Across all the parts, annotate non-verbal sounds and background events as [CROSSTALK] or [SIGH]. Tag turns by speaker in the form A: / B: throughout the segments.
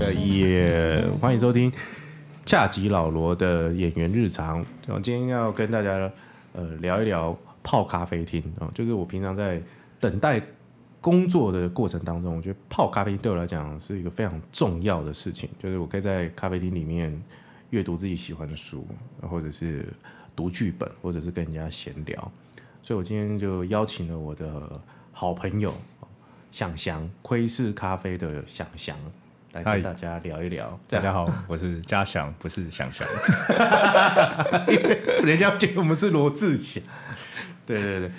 A: 呃，也欢迎收听下集老罗的演员日常。然后今天要跟大家呃聊一聊泡咖啡厅啊、哦就是我平常在等待工作的过程当中，我觉得泡咖啡厅对我来讲是一个非常重要的事情，就是我可以在咖啡厅里面阅读自己喜欢的书，或者是读剧本，或者是跟人家闲聊。所以我今天就邀请了我的好朋友哦想翔，窥视咖啡的想翔，来
B: 嗨
A: 跟大家聊一聊。
B: 大 [LAUGHS] 家好，我是嘉祥，不是想想。
A: 人家觉得我们是罗志祥。 [LAUGHS] 对对对，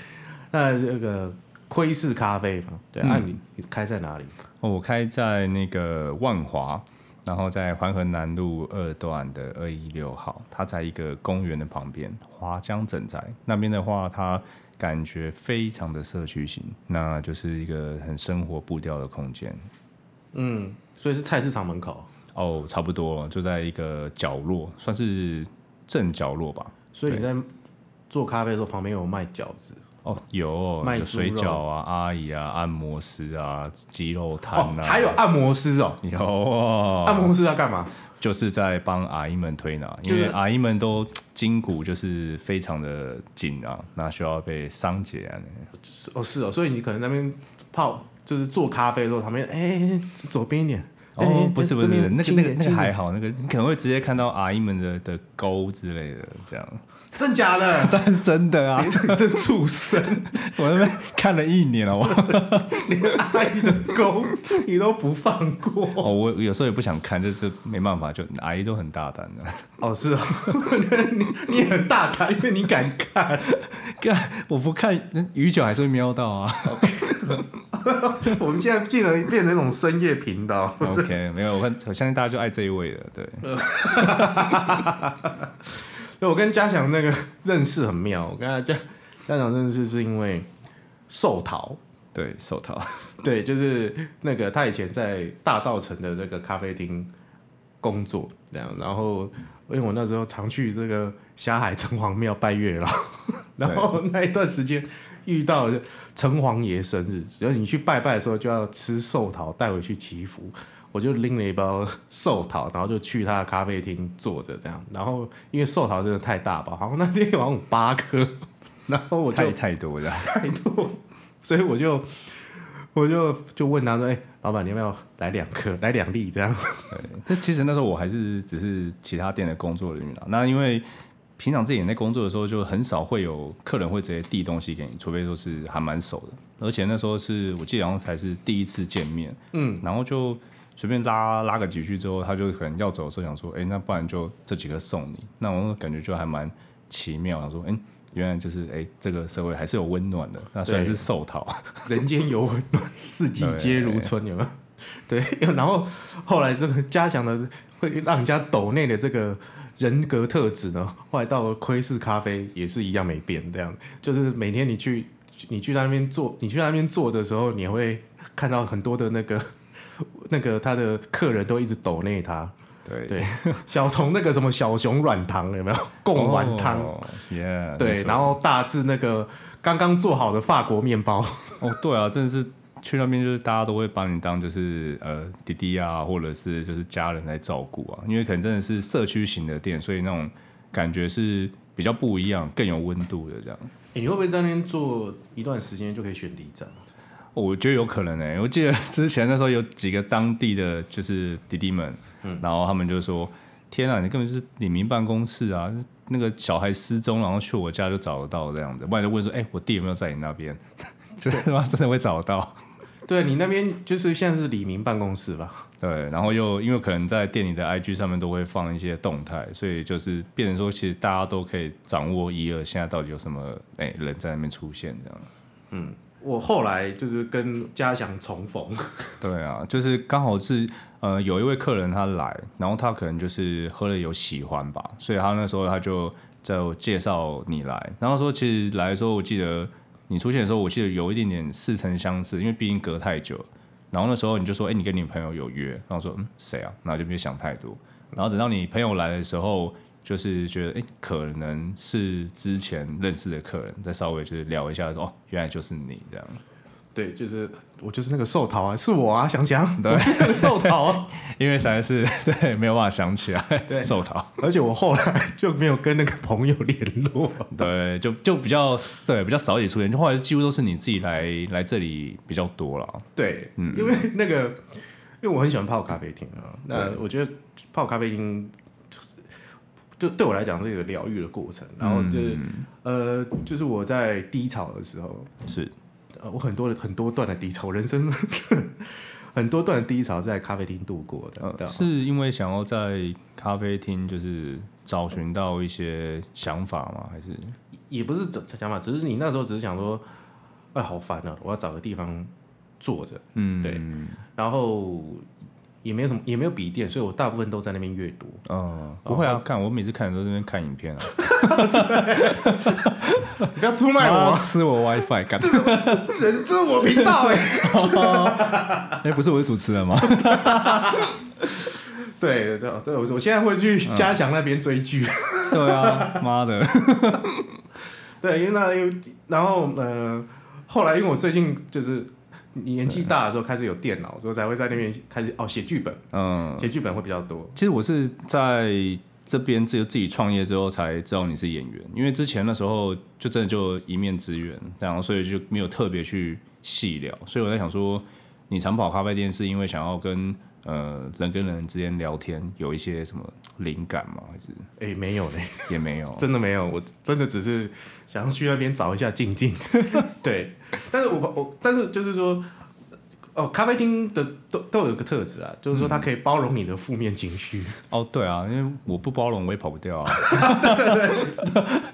A: 那这个窥视咖啡嘛，对，
B: 嗯
A: 那、你你开在哪里？
B: 哦 [LAUGHS] 我开在那个万华，然后在环河南路二段的二一六号，它在一个公园的旁边，华江整宅那边的话，它感觉非常的社区型，那就是一个很生活步调的空间。
A: 嗯，所以是菜市场门口，
B: 哦，差不多就在一个角落，算是正角落吧。
A: 所以你在做咖啡的时候，旁边有卖饺子。
B: 哦，有
A: 卖
B: 有水
A: 猪肉
B: 饺啊、阿姨啊、按摩师啊、鸡肉摊
A: 哦
B: 啊，，
A: 还有按摩师哦，
B: 有哦
A: 按摩师要干嘛？
B: 就是在帮阿姨们推拿，因
A: 就是
B: 为阿姨们都筋骨就是非常的紧啊，那需要被伤解啊。
A: 是哦，是哦，所以你可能在那边泡，就是做咖啡的时候，旁边哎左边一点，
B: 哦
A: 哎，
B: 不是不是，
A: 这
B: 不
A: 边
B: 是那个
A: 轻
B: 那
A: 一
B: 个
A: 点轻
B: 那个
A: 一点
B: 还好，那个你可能会直接看到阿姨们的的沟之类的这样，，
A: 真假的
B: [LAUGHS] 但是真的啊，
A: 真畜生，
B: 我那边看了一年了，我 [LAUGHS]
A: 连阿哎姨的狗你都不放过。
B: 哦我有时候也不想看，就是没办法，就阿姨都很大胆啊 [LAUGHS] 的、
A: 哦，是哦， [LAUGHS] 你你很大胆，因为你敢看。
B: 看我不看，那鱼酒还是会瞄到啊。
A: 我们现在竟然变成一种深夜频道。
B: [LAUGHS] OK，没有，我看我相信大家就爱这一位了，对。
A: [LAUGHS] 对，我跟嘉祥那个认识很妙，我跟他嘉嘉祥认识是因为寿桃，
B: 对，手套，
A: [LAUGHS] 对，就是那个他以前在大道城的那个咖啡厅工作，这样，然后因为我那时候常去这个霞海城隍庙拜月老，然后那一段时间遇到城隍爷生日，只要你去拜拜的时候就要吃寿桃带回去祈福。我就拎了一包寿桃，然后就去他的咖啡厅坐着这样，然后因为寿桃真的太大包，好像那天好像有八颗，然后我就
B: 太太多了。
A: 太多，所以我就我就就问他说：“哎、老板，你要不要来两颗，来两粒这样 [LAUGHS]
B: 对这其实那时候我还是只是其他店的工作人员啦。那因为平常自己也在工作的时候，就很少会有客人会直接递东西给你，除非说是还蛮熟的。而且那时候是我记得好像才是第一次见面，嗯，然后就随便拉拉个几句之后，他就可能要走的时候想说，哎，那不然就这几个送你。那我感觉就还蛮奇妙，想说，哎，原来就是哎，这个社会还是有温暖的。那虽然是寿桃，？”
A: 人间有温暖， [LAUGHS] 四季皆如春，有没有？对， [LAUGHS] 然后后来这个加强的会让人家抖内的这个人格特质呢，后来到了窥视咖啡也是一样没变，这样就是每天你去你去那边坐，你去那边坐的时候，你会看到很多的那个 [LAUGHS] 那个他的客人都一直抖内他， [LAUGHS]
B: [LAUGHS] 对
A: 对，小虫那个什么小熊软糖有没有？贡丸汤，
B: 哦，yeah，没
A: 对，
B: 错
A: 然后大致那个刚刚做好的法国面包，
B: 哦，对啊，真的是去那边就是大家都会把你当就是呃弟弟啊，或者是就是家人来照顾啊，因为可能真的是社区型的店，所以那种感觉是比较不一样，更有温度的这样。
A: 诶哎你会不会在那边做一段时间就可以选里长？
B: 哦我觉得有可能诶、我记得 [LAUGHS] 之前那时候有几个当地的就是弟弟们，然后他们就说：“天啊，你根本就是李明办公室啊，那个小孩失踪，然后去我家就找得到这样子。”不然就问说：“哎、我弟有没有在你那边？” [LAUGHS] 就是他妈真的会找到。
A: 对你那边就是现在是李明办公室吧？
B: 对，然后又因为可能在店里的 IG 上面都会放一些动态，所以就是变成说，其实大家都可以掌握一二，现在到底有什么哎、人在那边出现这样。
A: 我后来就是跟嘉祥重逢，
B: 对啊，就是刚好是呃有一位客人他来，然后他可能就是喝了有喜欢吧，所以他那时候他就就介绍你来，然后说其实来的时候我记得你出现的时候，我记得有一点点似曾相识，因为毕竟隔太久了。然后那时候你就说，哎、你跟你朋友有约，然后说嗯谁啊，然后就没有想太多。然后等到你朋友来的时候，就是觉得哎、可能是之前认识的客人，再稍微就是聊一下说哦，原来就是你这样。
A: 对，就是我就是那个寿桃啊，是我啊，想想，我是那个寿桃啊，
B: 因为实在是 [LAUGHS] 对没有办法想起
A: 对
B: 来，寿桃，
A: [LAUGHS] 而且我后来就没有跟那个朋友联络。
B: 对，就就比较对比较少一起出现，就后来几乎都是你自己来来这里比较多了。
A: 对，因为那个，因为我很喜欢泡咖啡厅啊。那我觉得泡咖啡厅就是，就对我来讲是一个疗愈的过程。然后就是、
B: 嗯
A: 呃，就是我在低潮的时候，
B: 是
A: 呃，我很多的很多段的低潮，我人生 [LAUGHS] 很多段的低潮是在咖啡厅度过的。对啊
B: 呃，是因为想要在咖啡厅就是找寻到一些想法吗？还是
A: 也不是怎想法，只是你那时候只是想说，哎，好烦啊！我要找个地方坐着，
B: 嗯，
A: 对然后也没有什么，也没有笔电，所以我大部分都在那边阅
B: [LAUGHS]
A: 读。
B: 嗯，不会啊，看我每次看你都在那边看影片啊，
A: 你不要出卖
B: 啊
A: 我，
B: 吃我 WiFi 干，
A: 这这是我频道哎、
B: 哎，不是我是主持人吗？
A: [LAUGHS]
B: [LAUGHS]
A: 对对对对，我我现在会去
B: 嗯
A: 加强那边追剧。
B: 对啊，妈的，
A: 对，因为那因为然后呃，后来因为我最近就是年纪大的时候开始有电脑，所以才会在那边开始哦写剧本，
B: 嗯，
A: 写剧本会比较多。
B: 其实我是在这边自由自己创业之后才知道你是演员，因为之前那时候就真的就一面之缘，然后所以就没有特别去细聊。所以我在想说，你长跑咖啡店是因为想要跟呃人跟人之间聊天有一些什么灵感吗？还是
A: 哎、没有嘞，
B: 也没有？
A: 真的没有，我真的只是想要去那边找一下静静。对，但是我把我但是就是说。哦，咖啡厅的都都有个特质啊，就是说它可以包容你的负面情绪。
B: [LAUGHS] 哦，对啊，因为我不包容，我也跑不掉啊。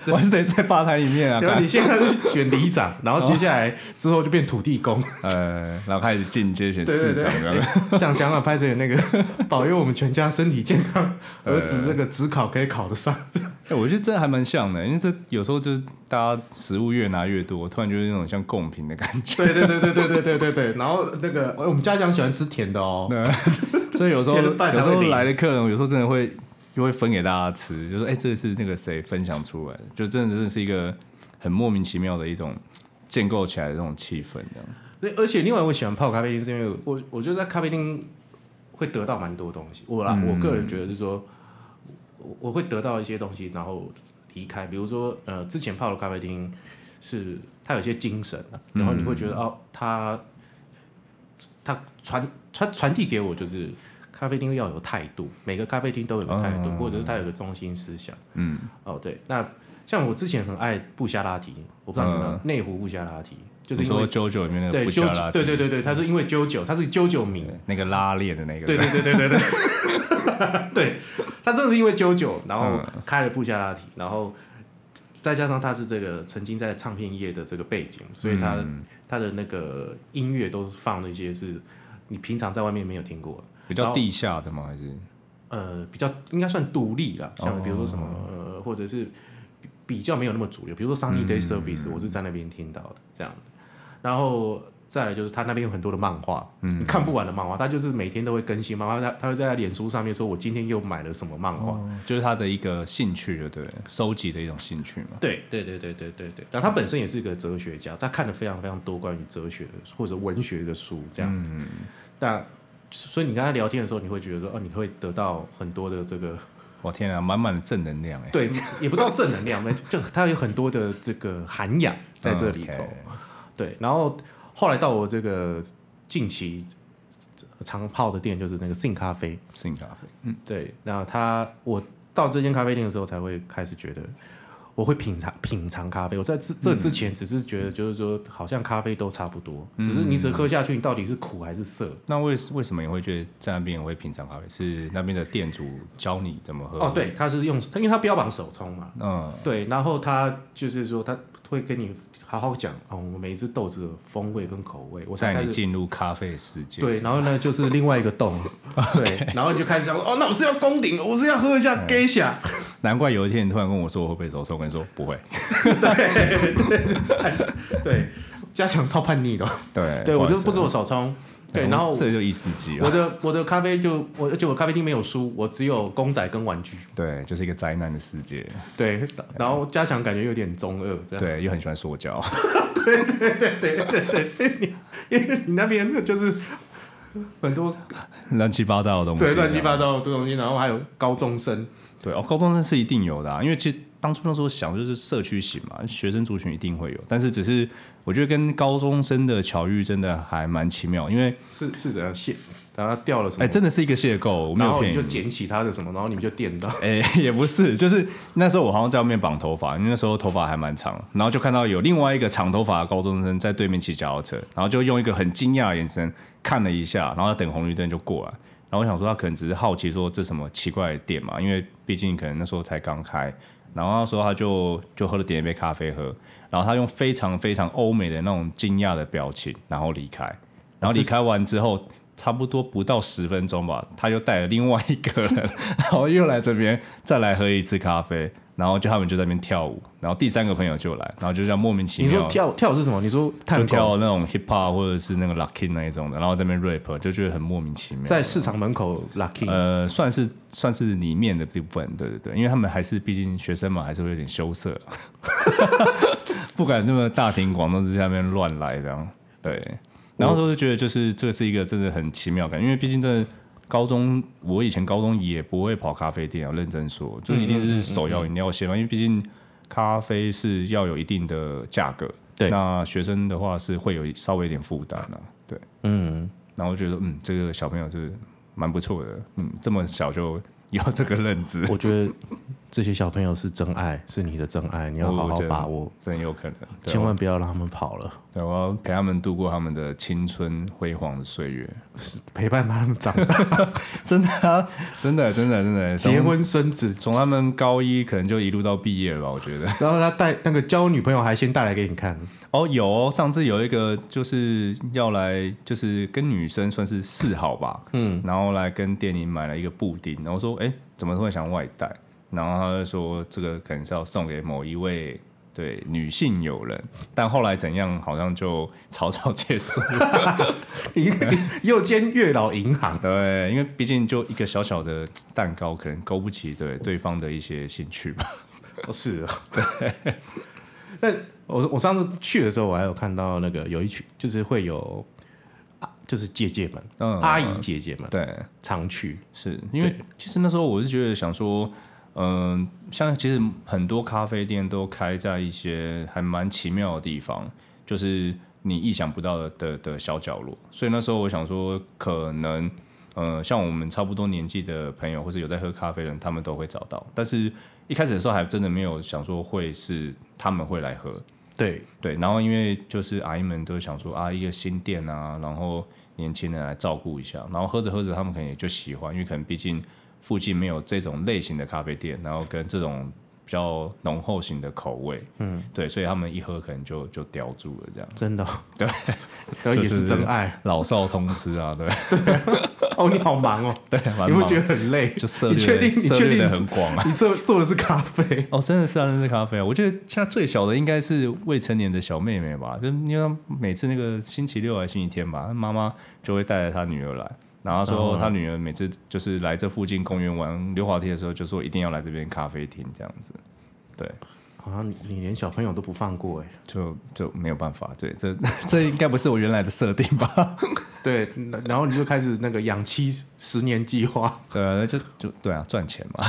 B: 我还是得在吧台里面啊。
A: 然后
B: 干
A: 你现在是选里长，然后接下来之后就变土地公，
B: 呃，然后开始进阶选市长这
A: [LAUGHS]
B: 样。
A: 想想啊，拍摄有那个保佑我们全家身体健康，
B: 对
A: 儿子这个只考可以考得上。 [LAUGHS]
B: 哎、我觉得这还蛮像的，因为这有时候就是大家食物越拿越多，突然就是那种像贡品的感觉。 [LAUGHS]
A: 对对对对对对对对对。然后那个哎我们家长喜欢吃甜的哦，
B: 所以有时候
A: 天天拜
B: 有
A: 才
B: 时
A: 会
B: 候
A: 领
B: 来的客人，有时候真的会就会分给大家吃，就说哎、这是那个谁分享出来的，就真的真的是一个很莫名其妙的一种建构起来的这种气氛，这样。
A: 对而且另外我喜欢泡咖啡厅，是因为我我觉得在咖啡厅会得到蛮多东西。我
B: 嗯
A: 啦，我个人觉得是说，我我会得到一些东西，然后离开。比如说，呃，之前泡的咖啡厅是它有一些精神啊，
B: 嗯
A: 然后你会觉得、哦，它它传传传递给我就是。咖啡厅要有态度，每个咖啡厅都有个态度，
B: 嗯
A: 或者是它有个中心思想。
B: 嗯，
A: 哦，对，那像我之前很爱布加拉提，我不知道你们有没有内湖布加拉提，就是
B: 呃你
A: 因为
B: 说 JoJo 里面那
A: 对
B: 个布加拉提
A: 对对对对，他是因为啾啾，他是啾啾迷，
B: 对那个拉链的那个，
A: 对对对对对 [LAUGHS] 对，对他真的是因为啾啾，然后
B: 嗯
A: 开了布加拉提，然后再加上他是这个曾经在唱片业的这个背景，所以他、
B: 嗯
A: 他的那个音乐都是放了一些是你平常在外面没有听过的，
B: 比较地下的吗？还是
A: 呃，比较应该算独立啦，像比如说什么、呃，或者是比比较没有那么主流，比如说 Sunny Day Service，、我是在那边听到的这样的。然后再来就是他那边有很多的漫画，你看不完的漫画，他就是每天都会更新漫画，他他会在脸书上面说我今天又买了什么漫画。
B: 就是他的一个兴趣，就对了，收集的一种兴趣嘛。
A: 对对对对对对对，然后他本身也是一个哲学家，他看了非常非常多关于哲学的或者文学的书这样子。那所以你跟他聊天的时候，你会觉得说，哦，你会得到很多的这个
B: 我天啊，满满的正能量哎、
A: 对，也不知道正能量，就它有很多的这个涵养在这里头。
B: 嗯，OK
A: 对，然后后来到我这个近期常泡的店就是那个信咖啡，
B: 信咖啡，
A: 对，那他我到这间咖啡店的时候才会开始觉得。我会品尝品尝咖啡，我在这这
B: 嗯
A: 之前只是觉得，就是说，好像咖啡都差不多，只
B: 嗯
A: 是你只喝下去，你到底是苦还是涩？
B: 那为为什么你会觉得在那边也会品尝咖啡？是那边的店主教你怎么喝？
A: 哦，，对，它是用，因为它标榜手冲嘛，
B: 嗯，
A: 对，然后他就是说他会跟你好好讲哦，我们每一只豆子的风味跟口味，我
B: 我
A: 才
B: 带
A: 开
B: 你
A: 始
B: 进入咖啡世界。
A: 对，然后呢就是另外一个 [LAUGHS] 洞，对，然后你就开始想说哦，那我是要攻顶，我是要喝一下 g e s h a
B: 难怪有一天你突然跟我说我会不会手抽，我跟你说不会。
A: 对，加强超叛逆的哦，
B: 对，
A: 对我就不
B: 知
A: 做手冲，对，然后
B: 嗯这就意思机
A: 我
B: 了。
A: 的我的咖啡就我而且我咖啡厅没有书，我只有公仔跟玩具，
B: 对，就是一个灾难的世界。
A: 对，然后加强感觉有点中二这样。
B: 对，又很喜欢说教。
A: [LAUGHS] 对对对对对对，因为你那边就是很多
B: 乱七八糟的东西，啊
A: 对乱七八糟的东西，然后还有高中生，
B: 对哦，高中生是一定有的、啊，因为其实当初那时候想就是社区型嘛，学生族群一定会有，但是只是我觉得跟高中生的巧遇真的还蛮奇妙，因为
A: 是是怎样卸，然后他掉了什
B: 哎、
A: 么，
B: 真的是一个邂逅，我没
A: 然
B: 有
A: 后
B: 骗
A: 你
B: 你
A: 就。捡起他的什么，然后你们就电到，
B: 哎、也不是，就是那时候我好像在外面绑头发，因为那时候头发还蛮长，然后就看到有另外一个长头发的高中生在对面骑脚踏车，然后就用一个很惊讶的眼神看了一下，然后等红绿灯就过来，然后我想说他可能只是好奇说这什么奇怪的店嘛，因为毕竟可能那时候才刚开，然后那时候他就就喝了点一杯咖啡喝，然后他用非常非常欧美的那种惊讶的表情，然后离开，然
A: 哦
B: 后离开完之后。差不多不到十分钟吧，他就带了另外一个人， [LAUGHS] 然后又来这边再来喝一次咖啡，然后就他们就在那边跳舞，然后第三个朋友就来，然后就这样莫名其
A: 你说
B: 妙
A: 跳跳是什么？你说
B: 就
A: 探跳
B: 跳那种 hip hop 或者是那个 lucky 那一种的，然后在那边 rap 就觉得很莫名其妙。
A: 在市场门口 lucky，、
B: 呃，算是算是里面的部分，对对对，因为他们还是毕竟学生嘛，还是会有点羞涩， [LAUGHS] 不敢这么大庭广众之下面乱来这样。对，然后就觉得就是这是一个真的很奇妙的感觉，因为毕竟真的高中，我以前高中也不会跑咖啡店啊，认真说，就一定是首要饮料先嘛，因为毕竟咖啡是要有一定的价格，
A: 对
B: 那学生的话是会有稍微一点负担啊，对。
A: 嗯，
B: 然后我觉得嗯，这个小朋友是蛮不错的，嗯，这么小就有这个认知，
A: 我觉得这些小朋友是真爱，是你的真爱，你要好
B: 哦我
A: 好
B: 觉得
A: 把握，
B: 真有可能。对
A: 千万不要让他们跑了，
B: 对，我要陪他们度过他们的青春辉煌的岁月。
A: 陪伴他们长大， [LAUGHS]
B: 真的啊， [LAUGHS] 真的，真的，真的，从
A: 结婚生子，
B: 从他们高一可能就一路到毕业了吧？我觉得。
A: 然后他带那个交女朋友还先带来给你
B: [LAUGHS]
A: 看， [LAUGHS]
B: 哦，有哦上次有一个就是要来，就是跟女生算是示好吧，嗯，然后来跟店里买了一个布丁，然后说，哎，怎么突然想外带？然后他就说，这个可能是要送给某一位对女性友人，但后来怎样，好像就草草结束。
A: 你又兼月老银行，
B: [LAUGHS] 对，因为毕竟就一个小小的蛋糕，可能勾不起对对方的一些兴趣吧。
A: [LAUGHS] 哦是啊，对。 [LAUGHS] 但我我上次去的时候，我还有看到那个有一群就是会有，啊就是姐姐们、
B: 嗯，
A: 阿姨姐姐们
B: 对，
A: 常去，
B: 是因为其实那时候我是觉得想说，嗯、像其实很多咖啡店都开在一些还蛮奇妙的地方，就是你意想不到的的的小角落。所以那时候我想说，可能呃，像我们差不多年纪的朋友，或者有在喝咖啡的人，他们都会找到。但是一开始的时候还真的没有想说会是他们会来喝，
A: 对，
B: 对，然后因为就是阿姨们都想说啊，一个新店啊，然后年轻人来照顾一下，然后喝着喝着，他们可能也就喜欢，因为可能毕竟附近没有这种类型的咖啡店，然后跟这种比较浓厚型的口味，嗯，对，所以他们一喝可能就就叼住了这样。
A: 真的、对，然后也
B: 就是
A: 是真爱。
B: 老少通吃啊，对 [LAUGHS]
A: 哦，你好忙 [LAUGHS] 哦，
B: 对，
A: 你会觉得
B: 得
A: 很累，
B: 就涉
A: 你确定
B: 猎的
A: 你
B: 涉
A: 确
B: 猎
A: 定
B: 的很广啊。
A: 你做做的是咖啡？ [LAUGHS]
B: 哦，真的是啊，真的是咖啡啊！我觉得现在最小的应该是未成年的小妹妹吧，就因为她每次那个星期六还是星期天吧，她妈妈就会带着她女儿来，然
A: 然后
B: 后她说
A: 呢
B: 她女儿每次就是来这附近公园玩溜滑梯的时候，就说一定要来这边咖啡厅这样子，对，
A: 好像你你连小朋友都不放过哎。
B: 就就没有办法，对，这这应该不是我原来的设定吧？ [LAUGHS]
A: 对，那然后你就开始那个养妻十年计划，
B: 对啊，就就对啊，赚钱嘛，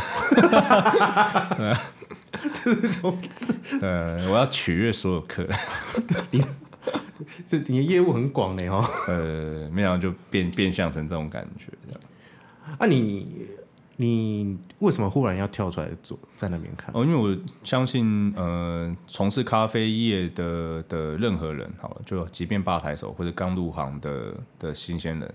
B: [LAUGHS] 啊对啊，对，我要取悦所有客人，
A: 这你的业务很广嘞哦。
B: 呃，没想到就变变相成这种感觉这样。
A: 啊你，你为什么忽然要跳出来做在那边看？
B: 哦，因为我相信，呃，从事咖啡业的的任何人，好了，就即便吧台手或者刚入行的的新鲜人，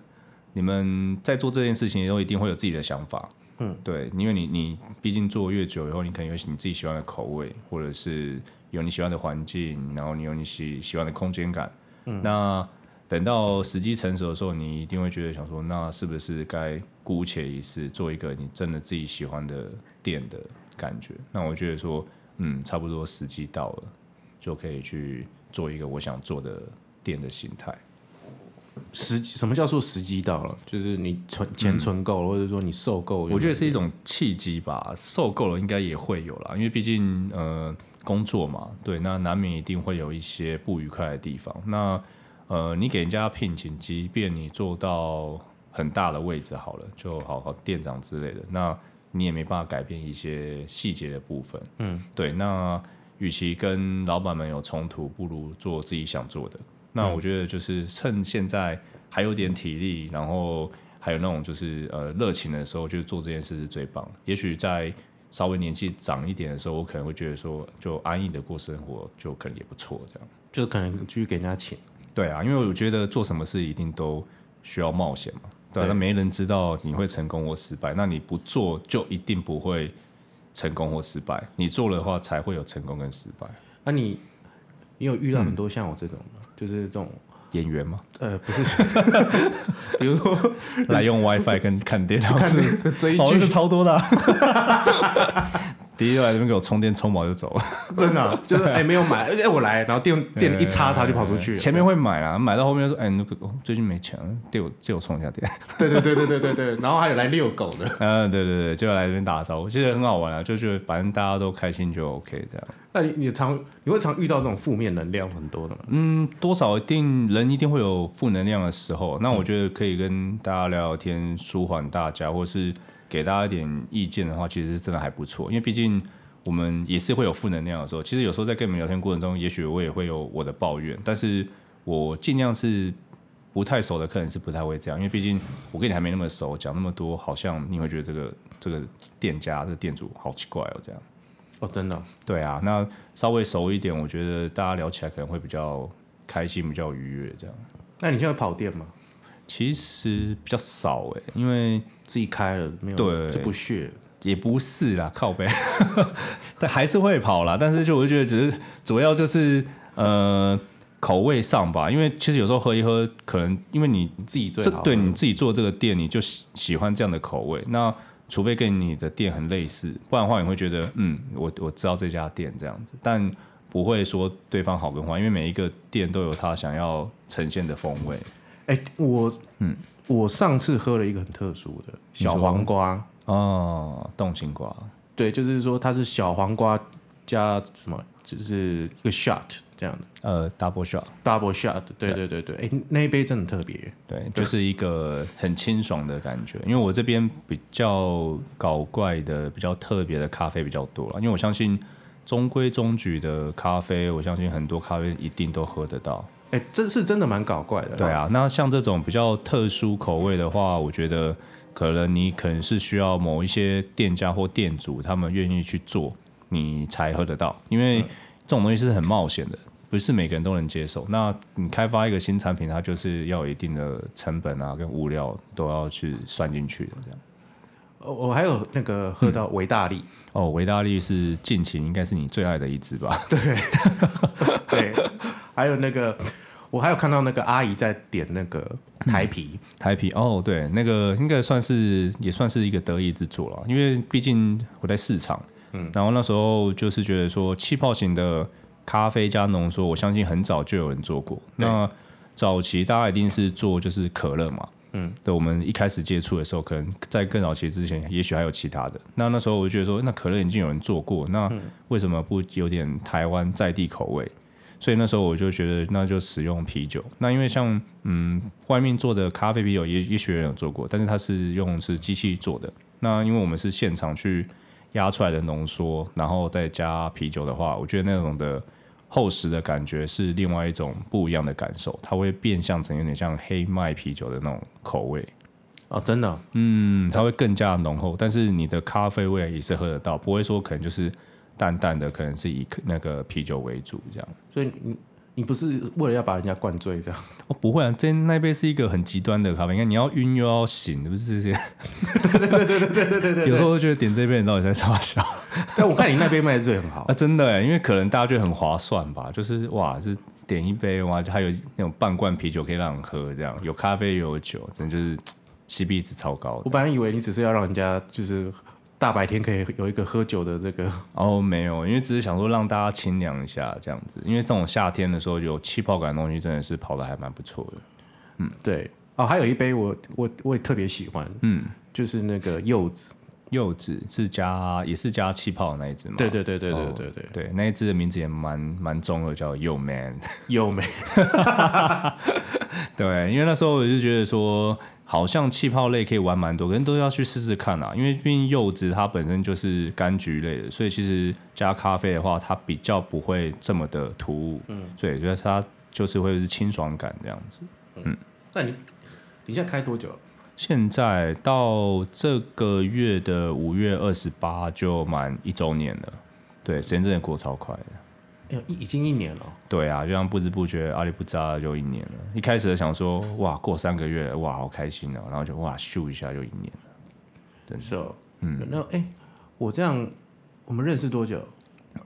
B: 你们在做这件事情都一定会有自己的想法，嗯，对，因为你你毕竟做越久以后，你可能有你自己喜欢的口味，或者是有你喜欢的环境，然后你有你喜喜欢的空间感，嗯，那等到时机成熟的时候，你一定会觉得想说，那是不是该姑且一试，做一个你真的自己喜欢的店的感觉？那我觉得说，嗯，差不多时机到了，就可以去做一个我想做的店的形态。
A: 时机什么叫做时机到了？就是你存钱存够了，或者说你受够了。
B: 我觉得是一种契机吧，受够了应该也会有啦，因为毕竟呃工作嘛，对，那难免一定会有一些不愉快的地方。那呃，你给人家聘请，即便你做到很大的位置好了，就好好店长之类的，那你也没办法改变一些细节的部分。
A: 嗯，
B: 对。那与其跟老板们有冲突，不如做自己想做的。
A: 嗯
B: 那我觉得就是趁现在还有点体力，然后还有那种就是呃热情的时候，就做这件事是最棒的。也许在稍微年纪长一点的时候，我可能会觉得说，就安逸的过生活，就可能也不错这样。
A: 就可能继续给人家钱。
B: 对啊，因为我觉得做什么事一定都需要冒险嘛。对、啊，
A: 对
B: 那没人知道你会成功或失败，那你不做就一定不会成功或失败，你做了的话才会有成功跟失败。
A: 那、啊你你有遇到很多像我这种吗？就是这种
B: 演员嘛，
A: 呃，
B: [LAUGHS]
A: 不是，比如说
B: 来用 WiFi 跟看电脑
A: 看
B: 是，
A: 那个 [LAUGHS] 追
B: 哦，
A: 剧
B: 那个超多的、啊。 [LAUGHS] 第一个来这边给我充电，充饱就走 [LAUGHS] 了。
A: 真的啊、就是哎、没有买，哎、我来，然后电电一插，他就跑出去了。
B: 前面会买啊，买到后面就说，哎，那个、哦最近没钱了，借我借我充一下电。 [LAUGHS]
A: 对对对对对对对，然后还有来遛狗的。
B: 嗯，对对对，就来这边打招呼，其实很好玩啊，就是反正大家都开心就 OK 这样。
A: 那你你常你会常遇到这种负面能量很多的吗？
B: 嗯，多少一定人一定会有负能量的时候，那我觉得可以跟大家聊聊天，舒缓大家，或是给大家一点意见的话，其实是真的还不错，因为毕竟我们也是会有负能量的时候。其实有时候在跟你们聊天过程中，也许我也会有我的抱怨，但是我尽量是不太熟的客人是不太会这样，因为毕竟我跟你还没那么熟，讲那么多，好像你会觉得这个这个店家这个店主好奇怪哦，这样。
A: 哦，真的哦、
B: 对啊，那稍微熟一点，我觉得大家聊起来可能会比较开心，比较愉悦这样。
A: 那你现在跑店吗？
B: 其实比较少哎、因为
A: 自己开了没有？
B: 对
A: 就不屑。
B: 也不是啦，靠背， [LAUGHS] 但还是会跑啦。但是就我就觉得，只是主要就是呃口味上吧，因为其实有时候喝一喝，可能因为你
A: 自己最
B: 这
A: 好
B: 对你自己做这个店，你就喜喜欢这样的口味。那除非跟你的店很类似，不然的话你会觉得，嗯，我我知道这家店这样子，但不会说对方好跟坏，因为每一个店都有他想要呈现的风味。
A: 哎、我嗯，我上次喝了一个很特殊的
B: 你说
A: 小黄瓜，
B: 哦，冻青瓜，
A: 对，就是说它是小黄瓜加什么，就是一个 shot 这样的
B: 呃，double shot，
A: double shot。对对对对，哎、那一杯真的很特别。
B: 对，就是一个很清爽的感觉。因为我这边比较搞怪的、比较特别的咖啡比较多了，因为我相信中规中矩的咖啡，我相信很多咖啡一定都喝得到。
A: 哎、这是真的蛮搞怪的。
B: 对，啊，那像这种比较特殊口味的话，我觉得可能你可能是需要某一些店家或店主他们愿意去做，你才喝得到，因为这种东西是很冒险的，不是每个人都能接受。那你开发一个新产品，它就是要有一定的成本啊，跟物料都要去算进去的这样。
A: 哦我还有那个喝到维大利，
B: 哦，维大利是近期应该是你最爱的一支吧？
A: 对，还有那个我还有看到那个阿姨在点那个台啤，
B: 台啤哦，对，那个应该算是也算是一个得意之作了，因为毕竟我在市场，嗯，然后那时候就是觉得说气泡型的咖啡加浓缩，我相信很早就有人做过。
A: 对
B: 那早期大家一定是做就是可乐嘛，
A: 嗯，
B: 对，我们一开始接触的时候，可能在更早期之前，也许还有其他的。那那时候我就觉得说，那可乐已经有人做过，那
A: 嗯
B: 为什么不有点台湾在地口味？所以那时候我就觉得，那就使用啤酒。那因为像嗯，外面做的咖啡啤酒也也许有人有做过，但是它是用是机器做的。那因为我们是现场去压出来的浓缩，然后再加啤酒的话，我觉得那种的厚实的感觉是另外一种不一样的感受，它会变相成有点像黑麦啤酒的那种口味。
A: 哦，真的哦、
B: 嗯，它会更加浓厚，但是你的咖啡味也是喝得到，不会说可能就是淡淡的，可能是以那个啤酒为主这样。
A: 所以你你不是为了要把人家灌醉这样？ [LAUGHS]
B: 哦，不会啊，这那杯是一个很极端的咖啡，你看你要晕又要醒，不是这些。对对对对对对对有时候会觉得点这杯你到底在嘲 [LAUGHS] 笑
A: 但我看你那杯卖的醉很好
B: 啊，，真的耶，因为可能大家觉得很划算吧，就是哇，是点一杯哇，还有那种半罐啤酒可以让你喝，这样有咖啡又有酒，真的就是 CP 值超高
A: 我
B: 的。
A: 本来以为你只是要让人家就是大白天可以有一个喝酒的这个，
B: 哦，没有，因为只是想说让大家清凉一下这样子，因为这种夏天的时候有气泡感的东西真的是跑的还蛮不错的。
A: 对哦，还有一杯我我我也特别喜欢，
B: 嗯，
A: 就是那个柚子，
B: 柚子是加也是加气泡的那一只吗？
A: 对对对对对
B: 哦
A: 对对，
B: 对，那一只的名字也蛮蛮中二，叫柚 man。 [LAUGHS]
A: 有没？
B: 对，因为那时候我就觉得说，好像气泡类可以玩蛮多，可能都要去试试看啊。因为毕竟柚子它本身就是柑橘类的，所以其实加咖啡的话，它比较不会这么的突兀。嗯，对，所以它就是会是清爽感这样子。
A: [LAUGHS] 那你你现在开多久了？
B: 现在到这个月的五月二十八就满一周年了，对，时间真的过超快的。
A: 哎呦，已已经一年了哦。
B: 对啊，就像不知不觉阿里不扎就一年了。一开始想说哇，过三个月了，哇，好开心哦、然后就哇咻一下就一年了。
A: 是哦，嗯，那哎、我这样我们认识多久？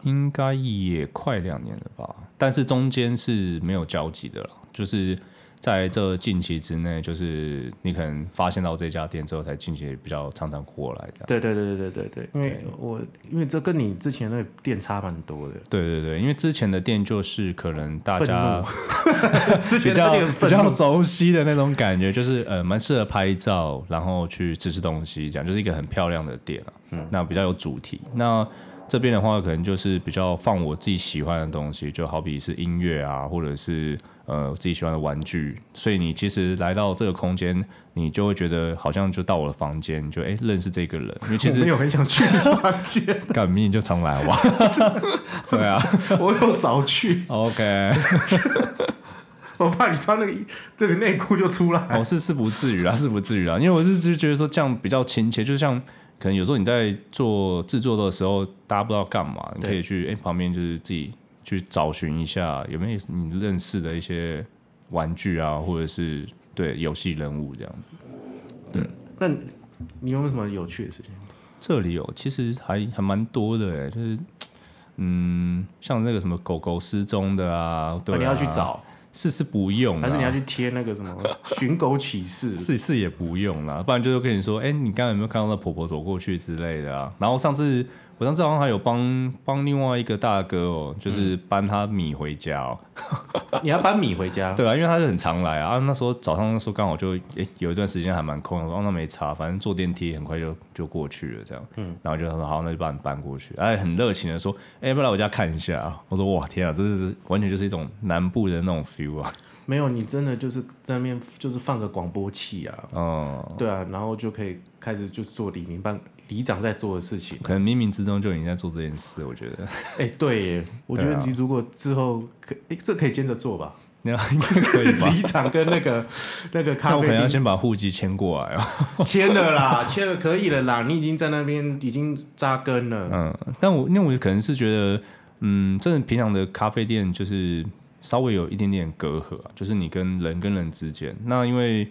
B: 应该也快两年了吧，但是中间是没有交集的了，就是在这近期之内，就是你可能发现到这家店之后，才近期比较常常过来这样。
A: 对对对对对对对，因为我因为这跟你之前那个店差蛮多的，
B: 对对对，因为之前的店就是可能大家
A: [LAUGHS] 之
B: 比
A: 前那
B: 较
A: 店很
B: 比
A: 愤
B: 较
A: 怒，
B: 熟悉的那种感觉，就是呃，蛮适合拍照，然后去吃吃东西，这样就是一个很漂亮的店啊。
A: 嗯
B: 那比较有主题。那这边的话，可能就是比较放我自己喜欢的东西，就好比是音乐啊，或者是呃自己喜欢的玩具。所以你其实来到这个空间，你就会觉得好像就到我的房间，你就哎、诶认识这个人，因为其
A: 我没
B: 实
A: 有很想去你房 [LAUGHS] 间，
B: 干命就常来哇。
A: [LAUGHS]
B: 对啊
A: 我有少去，
B: ，OK。
A: 我怕你穿那个衣这个内裤就出来。
B: 哦，是是不至于啦，是不至于啦，因为我是就觉得说这样比较亲切，就像可能有时候你在做制作的时候，大家不知道干嘛，你可以去哎、诶旁边就是自己去找寻一下有没有你认识的一些玩具啊，或者是对游戏人物这样子。
A: 那你你有没有什么有趣的事情？
B: 这里有其实还还蛮多的哎、就是。嗯，像那个什么狗狗失踪的啊，对
A: 那哦你
B: 啊
A: 要去找，
B: 是是不用、啊，
A: 还是你要去贴那个什么寻狗启事？
B: [LAUGHS] 是是也不用啦，不然就是跟你说，哎、你刚刚有没有看到那婆婆走过去之类的啊？然后上次我上次好像还有帮帮另外一个大哥哦、就是搬他米回家哦、
A: 你要搬米回家？
B: 对啊，因为他是很常来啊。啊那时候早上那时候刚好就哎、有一段时间还蛮空的，哦那没差，反正坐电梯很快就就过去了这样。嗯，然后就说好，那就帮你搬过去。哎，很热情的说，哎、要不要来我家看一下啊？我说哇天啊，这是完全就是一种南部的那种 feel 啊。
A: 没有，你真的就是在那边就是放个广播器啊，
B: 嗯，
A: 对啊，然后就可以开始就做李明办里长在做的事情。
B: 可能冥冥之中就已经在做这件事，我觉得。 [LAUGHS]
A: 哎、对耶，我觉
B: 对
A: 得
B: 啊
A: 你如果之后可，哎、这可以兼着做吧，
B: 那应该可以吧？
A: 里长跟那
B: [LAUGHS]
A: 个那个
B: 那
A: 咖
B: 我可能
A: 啡
B: 要
A: 厅
B: 先把户籍迁
A: [LAUGHS]
B: 过来哦。
A: 签了啦，签了可以了啦，你已经在那边已经扎根了，
B: 嗯，但我因为我可能是觉得，嗯，真的平常的咖啡店就是稍微有一点点隔阂、啊，就是你跟人跟人之间。那因为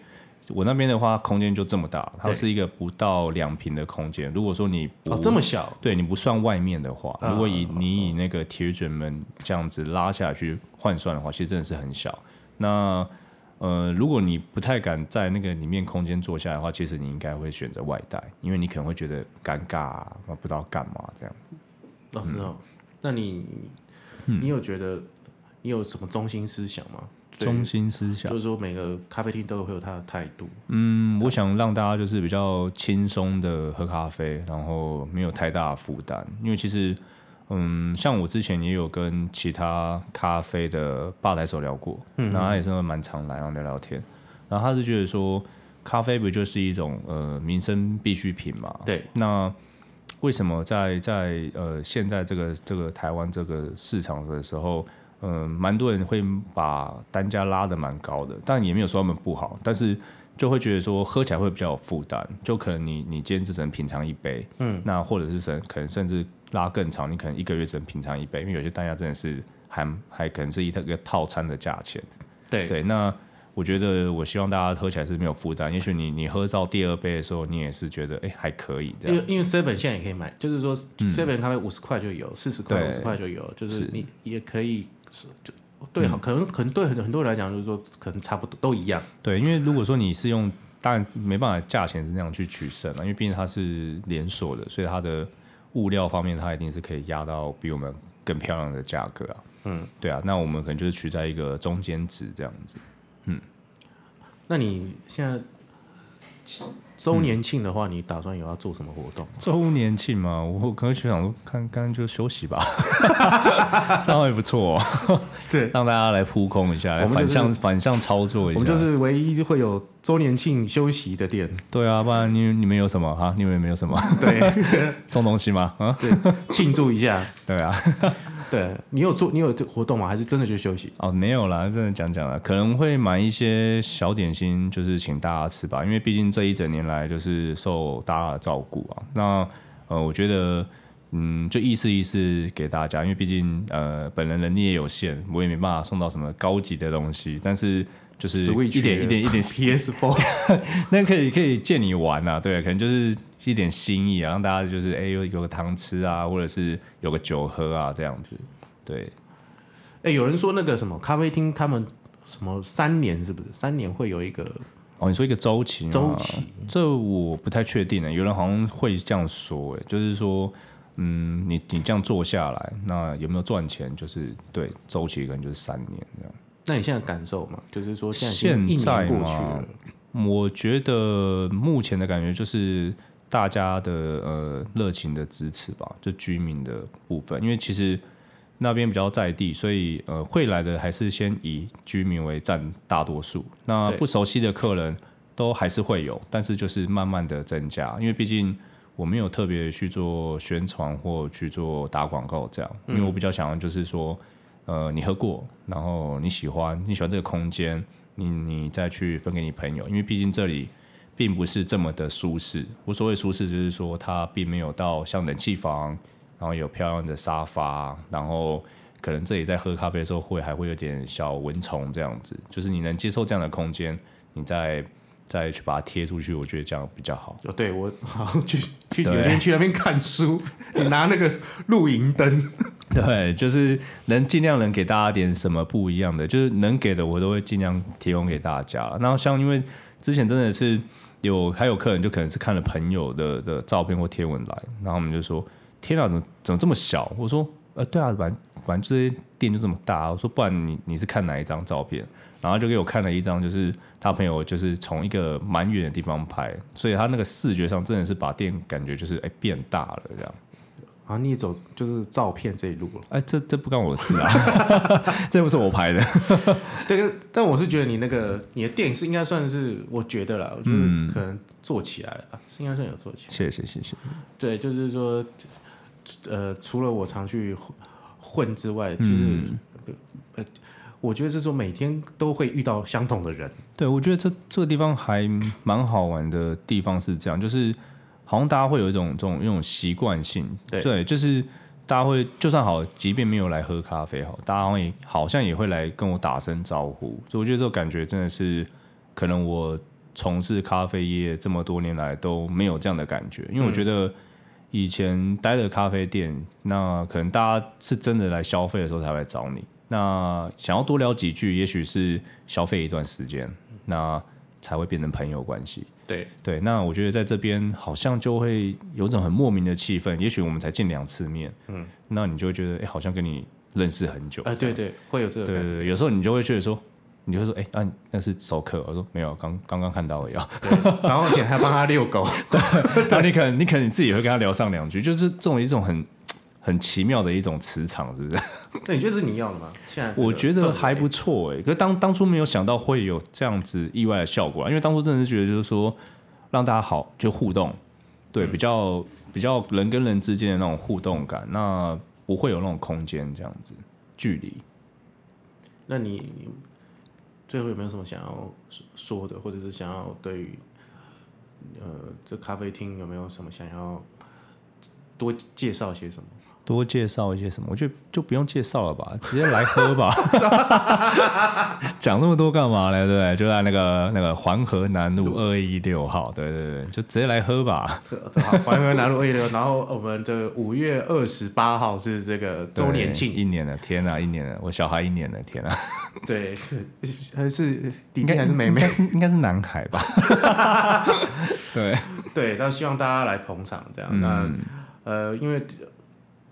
B: 我那边的话，空间就这么大，它
A: 对
B: 是一个不到两平的空间。如果说你不、
A: 哦，这么小，
B: 对你不算外面的话，
A: 啊
B: 如果以你以那个铁卷门这样子拉下去换算的话，其实真的是很小。那呃，如果你不太敢在那个里面空间坐下的话，其实你应该会选择外带，因为你可能会觉得尴尬、啊，不知道干嘛这样。
A: 哦，
B: 嗯
A: 知道。那你你有觉得你有什么中心思想吗？对
B: 中心思想
A: 就，是说每个咖啡厅都会有它的态度，
B: 嗯，我想让大家就是比较轻松的喝咖啡，然后没有太大的负担，因为其实，嗯，像我之前也有跟其他咖啡的吧台手聊过，嗯，那他也是蛮常来，然后聊聊天，然后他是觉得说，咖啡不就是一种呃民生必需品嘛，
A: 对，
B: 那为什么在在呃现在这个这个台湾这个市场的时候，嗯、蛮多人会把单价拉得蛮高的，但也没有说他们不好，但是就会觉得说喝起来会比较有负担，就可能你你今天只能品尝一杯，嗯，那或者是甚可能甚至拉更长，你可能一个月只能品尝一杯，因为有些单价真的是还还可能是一个一个套餐的价钱。
A: 对，
B: 对，那我觉得我希望大家喝起来是没有负担。也许你你喝到第二杯的时候，你也是觉得哎、还可以这
A: 因
B: 样。嗯
A: 为因为 Seven 现在也可以买，就是说 Seven 咖啡五十块就有，四十块、
B: 对嗯
A: 五十块就有，就是你也可以就对，好可能可能对很很多人来讲，就是说可能差不多都一样，
B: 对，因为如果说你是用，当然没办法，价钱是那样去取胜啊了，因为毕竟它是连锁的，所以它的物料方面，它一定是可以压到比我们更漂亮的价格啊。嗯，对啊，那我们可能就是取在一个中间值这样子。
A: 那你现在
B: 嗯
A: 周年庆的话，你打算有要做什么活动？
B: 周年庆嘛，我可能就想说，看干脆就休息吧， [LAUGHS] 这样也不错、哦，
A: 对，
B: 让大家来扑空一下，来
A: 我们
B: 反
A: 就是
B: 向、反向操作
A: 我
B: 一下。
A: 们就是唯一会有周年庆休息的店。
B: 对啊，不然你你们有什么哈？你们有没有什么 [LAUGHS]
A: 对
B: 送东西吗？啊，
A: 对，庆祝一下。
B: 对啊，
A: 对你有做你有这活动吗？还是真的就休息？
B: 哦，没有啦，真的讲讲啦，可能会买一些小点心，就是请大家吃吧，因为毕竟这一整年来就是受大家的照顾啊。那呃，我觉得嗯，就意思意思给大家，因为毕竟呃，本人能力也有限，我也没办法送到什么高级的东西，但是就是一点一点一点
A: PS Four，
B: 那可以可以借你玩啊，对，可能就是一点心意啊，让大家就是哎、有有个糖吃啊，或者是有个酒喝啊这样子，对，
A: 哎，有人说那个什么咖啡厅，他们什么三年是不是？三年会有一个
B: 哦，你说一个周期吗？
A: 周期
B: 这我不太确定呢。欸有人好像会这样说、欸，就是说，嗯，你你这样做下来，那有没有赚钱？就是对，周期可能就是三年这样。
A: 那你现在感受嘛？就是说现在已经一
B: 现在
A: 年过去
B: 吗
A: 了，
B: 我觉得目前的感觉就是大家的呃热情的支持吧，就居民的部分，因为其实那边比较在地，所以呃会来的还是先以居民为占大多数。那
A: 对
B: 不熟悉的客人都还是会有，但是就是慢慢的增加，因为毕竟。我没有特别去做宣传或去做打广告这样，因为我比较想要就是说，呃，你喝过，然后你喜欢，你喜欢这个空间，你你再去分给你朋友，因为毕竟这里并不是这么的舒适。我所谓舒适，就是说它并没有到像冷气房，然后有漂亮的沙发，然后可能这里在喝咖啡的时候会还会有点小蚊虫这样子，就是你能接受这样的空间，你再再去把它贴出去，我觉得这样比较好。
A: 哦，对我 [LAUGHS] 好像去去有
B: 对
A: 一天去那边看书， [LAUGHS] 你拿那个露营灯，
B: [LAUGHS] 对，就是能尽量能给大家点什么不一样的，就是能给的我都会尽量提供给大家。然后像因为之前真的是有还有客人就可能是看了朋友的的照片或呃贴文来，然后我们就说：“天啊，怎么怎么这么小？”我说：“呃，对啊，反正反正这些店就这么大。”我说：“不然你你是看哪一张照片？”然后就给我看了一张，就是他朋友就是从一个蛮远的地方拍，所以他那个视觉上真的是把店感觉就是哎、变大了这样。
A: 啊，你也走就是照片这一路了。
B: 哎，这这不干我的事啊， [LAUGHS] 这不是我拍的。
A: 但是但我是觉得你那个你的电影是应该算是，我觉得啦，我觉
B: 嗯
A: 得可能做起来了吧，是应该算有做起来。
B: 谢谢谢谢。
A: 对，就是说，呃，除了我常去混混之外，就是、呃，我觉得是说每天都会遇到相同的人，
B: 对，我觉得这这个地方还蛮好玩的地方是这样，就是好像大家会有一种这种一种习惯性，
A: 对
B: 就是大家会就算好，即便没有来喝咖啡好，大家会好像也会来跟我打声招呼，所以我觉得这个感觉真的是可能我从事咖啡业这么多年来都没有这样的感觉，因为我觉得。以前待的咖啡店，那可能大家是真的来消费的时候才来找你。那想要多聊几句，也许是消费一段时间，那才会变成朋友关系。
A: 对，
B: 对，那我觉得在这边好像就会有一种很莫名的气氛。也许我们才见两次面，嗯，那你就会觉得，哎、好像跟你认识很久。
A: 哎、对对，会有这个
B: 对对
A: 感觉。
B: 对，有时候你就会觉得说，你就会说，哎、啊，那是熟客。我说没有，刚刚刚看到而已啊。 [LAUGHS]
A: [LAUGHS] 然后你还帮他遛狗，
B: 那你可能你可能你自己也会跟他聊上两句，就是这种一种很很奇妙的一种磁场，是不是？
A: [LAUGHS] 那你觉得是你要的吗？现在这个
B: 我觉得
A: 氛围
B: 还不错哎、可是当当初没有想到会有这样子意外的效果啊，因为当初真的是觉得就是说让大家好就互动，对，
A: 嗯
B: 比较比较人跟人之间的那种互动感，那不会有那种空间这样子距离。
A: 那你你最后有没有什么想要说说的，或者是想要对于呃这咖啡厅有没有什么想要多介绍些什么？
B: 多介绍一些什么？我觉得就不用介绍了吧，直接来喝吧。
A: [LAUGHS]
B: 讲那么多干嘛呢？对不对？就在那个那个环河南路二一六号，对对对，就直接来喝吧。
A: 好，淮河南路一流。然后我们的五月二十八号是这个周年
B: 对
A: 庆，
B: 一年了，天啊，一年了，我小孩一年了，天啊，
A: 对，还是弟弟还是妹
B: 应
A: 妹
B: 该？是应该是男孩
A: [LAUGHS]
B: 吧？对，
A: 对，那希望大家来捧场，这样。那呃，因为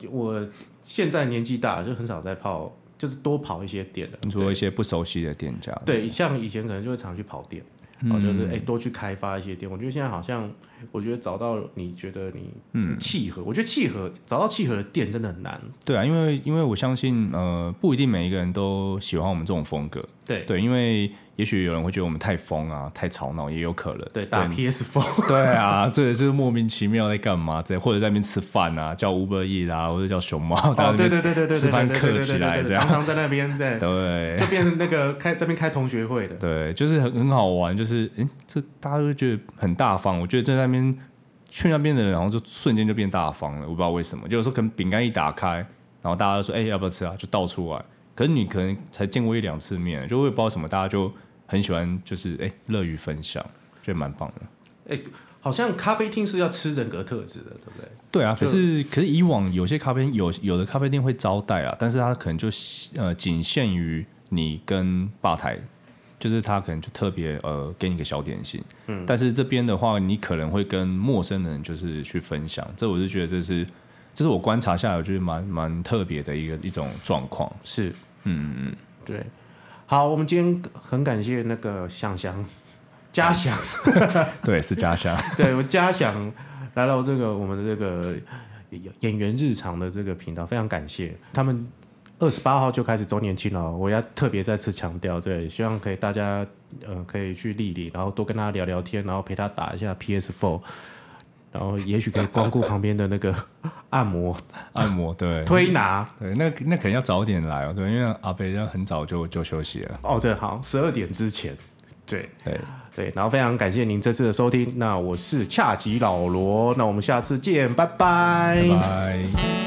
A: 我现在年纪大了，就很少在泡，就是多跑一些店了。
B: 你说一些不熟悉的店家，
A: 对，像以前可能就会常去跑店，然后就是哎、多去开发一些店。我觉得现在好像，我觉得找到你觉得你契合，我觉得契合找到契合的店真的很难。
B: 对啊，因为因为我相信，呃，不一定每一个人都喜欢我们这种风格。
A: 对
B: 对，因为也许有人会觉得我们太疯啊，太吵闹，也有可能。
A: 对，打 PS Four，
B: 对啊，这也是莫名其妙在干嘛？在或者在那边吃饭啊，叫 Uber E 啊，或者叫熊猫，在那
A: 哦，对
B: 边
A: 对对对对对
B: 吃
A: 对
B: 饭
A: 对
B: 客
A: 对
B: 起
A: 对
B: 来
A: 对
B: 这
A: 对，
B: 样
A: 常。常在那边在
B: 对
A: 就变成那个开这边开同学会的。
B: 对，就是很很好玩，就是诶，这大家都觉得很大方。我觉得在那边去那边的人，然后就瞬间就变大方了，我不知道为什么。就有时候可能饼干一打开，然后大家就说：“哎、要不要吃啊？”就倒出来。可是你可能才见过一两次面，就会不知道什么，大家就很喜欢，就是哎，乐于分享，觉得蛮棒的。
A: 好像咖啡厅是要吃人格特质的，对不对？
B: 对啊，
A: 就
B: 可是可是以往有些咖啡有有的咖啡店会招待啊，但是它可能就呃仅限于你跟吧台，就是他可能就特别呃给你个小点心，嗯，但是这边的话，你可能会跟陌生人就是去分享，这我是觉得这是这是我观察下来，我觉得蛮蛮特别的一个一种状况，
A: 是，嗯嗯嗯，对。好，我们今天很感谢那个想想嘉祥，
B: 对，是家乡，
A: [LAUGHS] 对我嘉祥来到这个我们的这个演演员日常的这个频道，非常感谢他们。二十八号就开始周年庆了，我要特别再次强调，对，希望可以大家呃可以去丽丽，然后多跟他聊聊天，然后陪他打一下 PS Four，然后也许可以光顾旁边的那个 [LAUGHS] 按摩
B: [LAUGHS] 按摩对。 [LAUGHS]
A: 推拿。
B: 对，那那可能要早点来哦，对，因为阿北要很早就就休息了。
A: 哦，对，好，十二点之前，对
B: 对，
A: 对，然后非常感谢您这次的收
B: 哎
A: 听，那我是恰吉老罗，那我们下次见，拜拜
B: 拜拜。